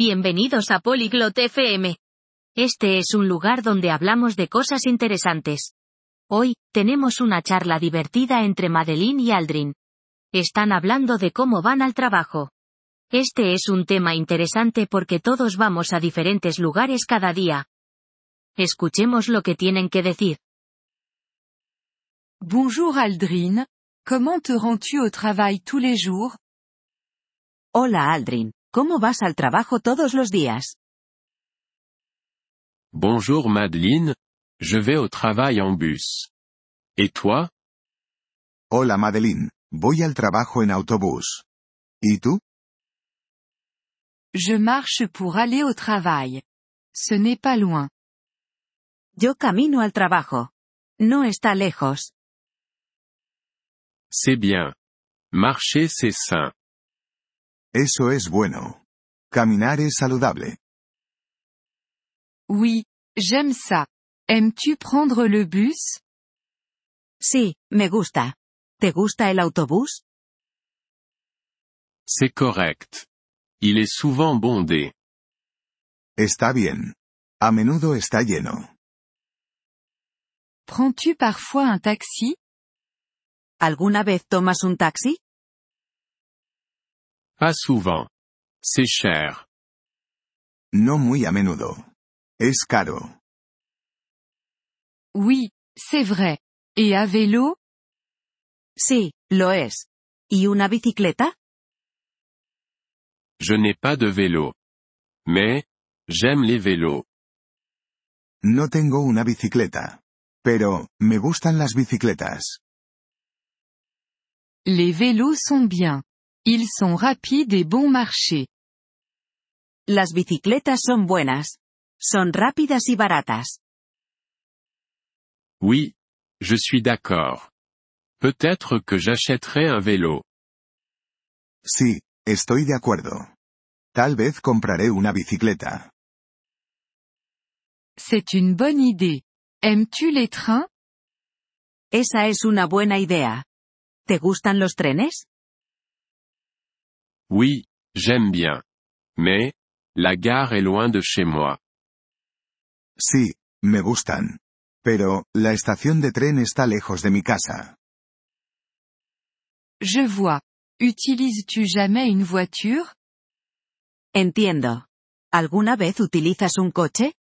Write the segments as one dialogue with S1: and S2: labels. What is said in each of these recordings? S1: Bienvenidos a Polyglot FM. Este es un lugar donde hablamos de cosas interesantes. Hoy, tenemos una charla divertida entre Madeline y Aldrin. Están hablando de cómo van al trabajo. Este es un tema interesante porque todos vamos a diferentes lugares cada día. Escuchemos lo que tienen que decir.
S2: Bonjour Aldrin, comment te rends-tu au travail tous les jours
S3: Hola Aldrin, ¿cómo vas al trabajo todos los días?
S4: Bonjour Madeleine, je vais au travail en bus. Et toi,
S5: Hola Madeline, voy al trabajo en autobús. ¿Y tú?
S2: Je marche pour aller au travail. Ce n'est pas loin.
S3: Yo camino al trabajo. No está lejos.
S4: c'est bien. Marcher c'est sain.
S5: Eso es bueno. Caminar es saludable.
S2: Oui, j'aime ça. Aimes-tu prendre le bus
S3: Sí, me gusta. ¿Te gusta el autobús?
S4: C'est correct. Il est souvent bondé.
S5: Está bien. A menudo está lleno.
S2: Prends-tu parfois un taxi
S3: ¿Alguna vez tomas un taxi?
S4: Pas souvent. C'est cher.
S5: No muy a menudo. Es caro.
S2: Oui, c'est vrai. Et à vélo
S3: Sí, lo es. ¿Y una bicicleta?
S4: Je n'ai pas de vélo. Mais, j'aime les vélos.
S5: No tengo una bicicleta. Pero, me gustan las bicicletas.
S2: Les vélos sont bien. Ils sont rapides et bon marché.
S3: Las bicicletas son buenas. Son rápidas y baratas.
S4: Oui, je suis d'accord. Peut-être que j'achèterai un vélo.
S5: Sí, estoy de acuerdo. Tal vez compraré una bicicleta.
S2: C'est une bonne idée. Aimes-tu les trains
S3: Esa es una buena idea. ¿Te gustan los trenes?
S4: Oui, j'aime bien. Mais, la gare est loin de chez moi.
S5: Sí, me gustan. Pero, la estación de tren está lejos de mi casa.
S2: Je vois. Utilises-tu jamais une voiture
S3: Entiendo. ¿Alguna vez utilizas un coche?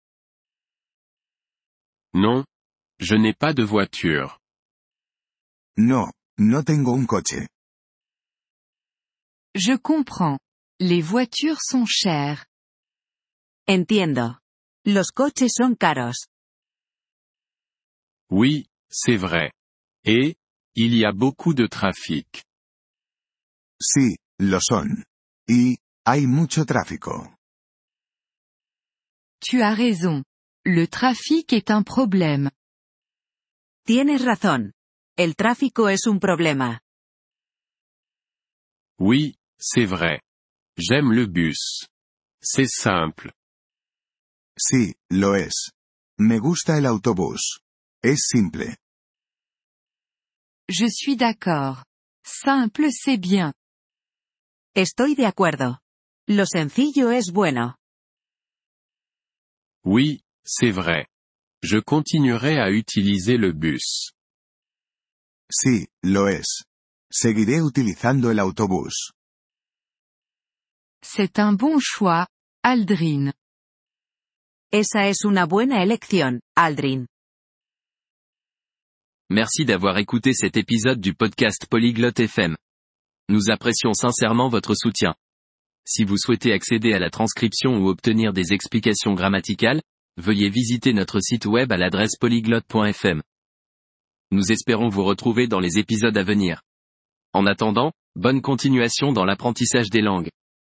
S4: Non. Je n'ai pas de voiture.
S5: No, no tengo un coche.
S2: Je comprends. Les voitures sont chères.
S3: Entiendo. Los coches son caros.
S4: Oui, c'est vrai. Et, il y a beaucoup de trafic.
S5: Sí, lo son. Y, hay mucho tráfico.
S2: Tu as raison. Le trafic est un problème.
S3: Tienes razón. El tráfico es un problema.
S4: Oui, c'est vrai. J'aime le bus. C'est simple.
S5: Sí, lo es. Me gusta el autobús. Es simple.
S2: Je suis d'accord. Simple c'est bien.
S3: Estoy de acuerdo. Lo sencillo es bueno.
S4: Oui, c'est vrai. Je continuerai à utiliser le bus.
S5: Sí, lo es. Seguiré utilizando el autobús.
S2: C'est un bon choix, Aldrin.
S3: Esa es una buena elección, Aldrin.
S6: Merci d'avoir écouté cet épisode du podcast Polyglotte FM. Nous apprécions sincèrement votre soutien. Si vous souhaitez accéder à la transcription ou obtenir des explications grammaticales, veuillez visiter notre site web à l'adresse polyglotte.fm. Nous espérons vous retrouver dans les épisodes à venir. En attendant, bonne continuation dans l'apprentissage des langues.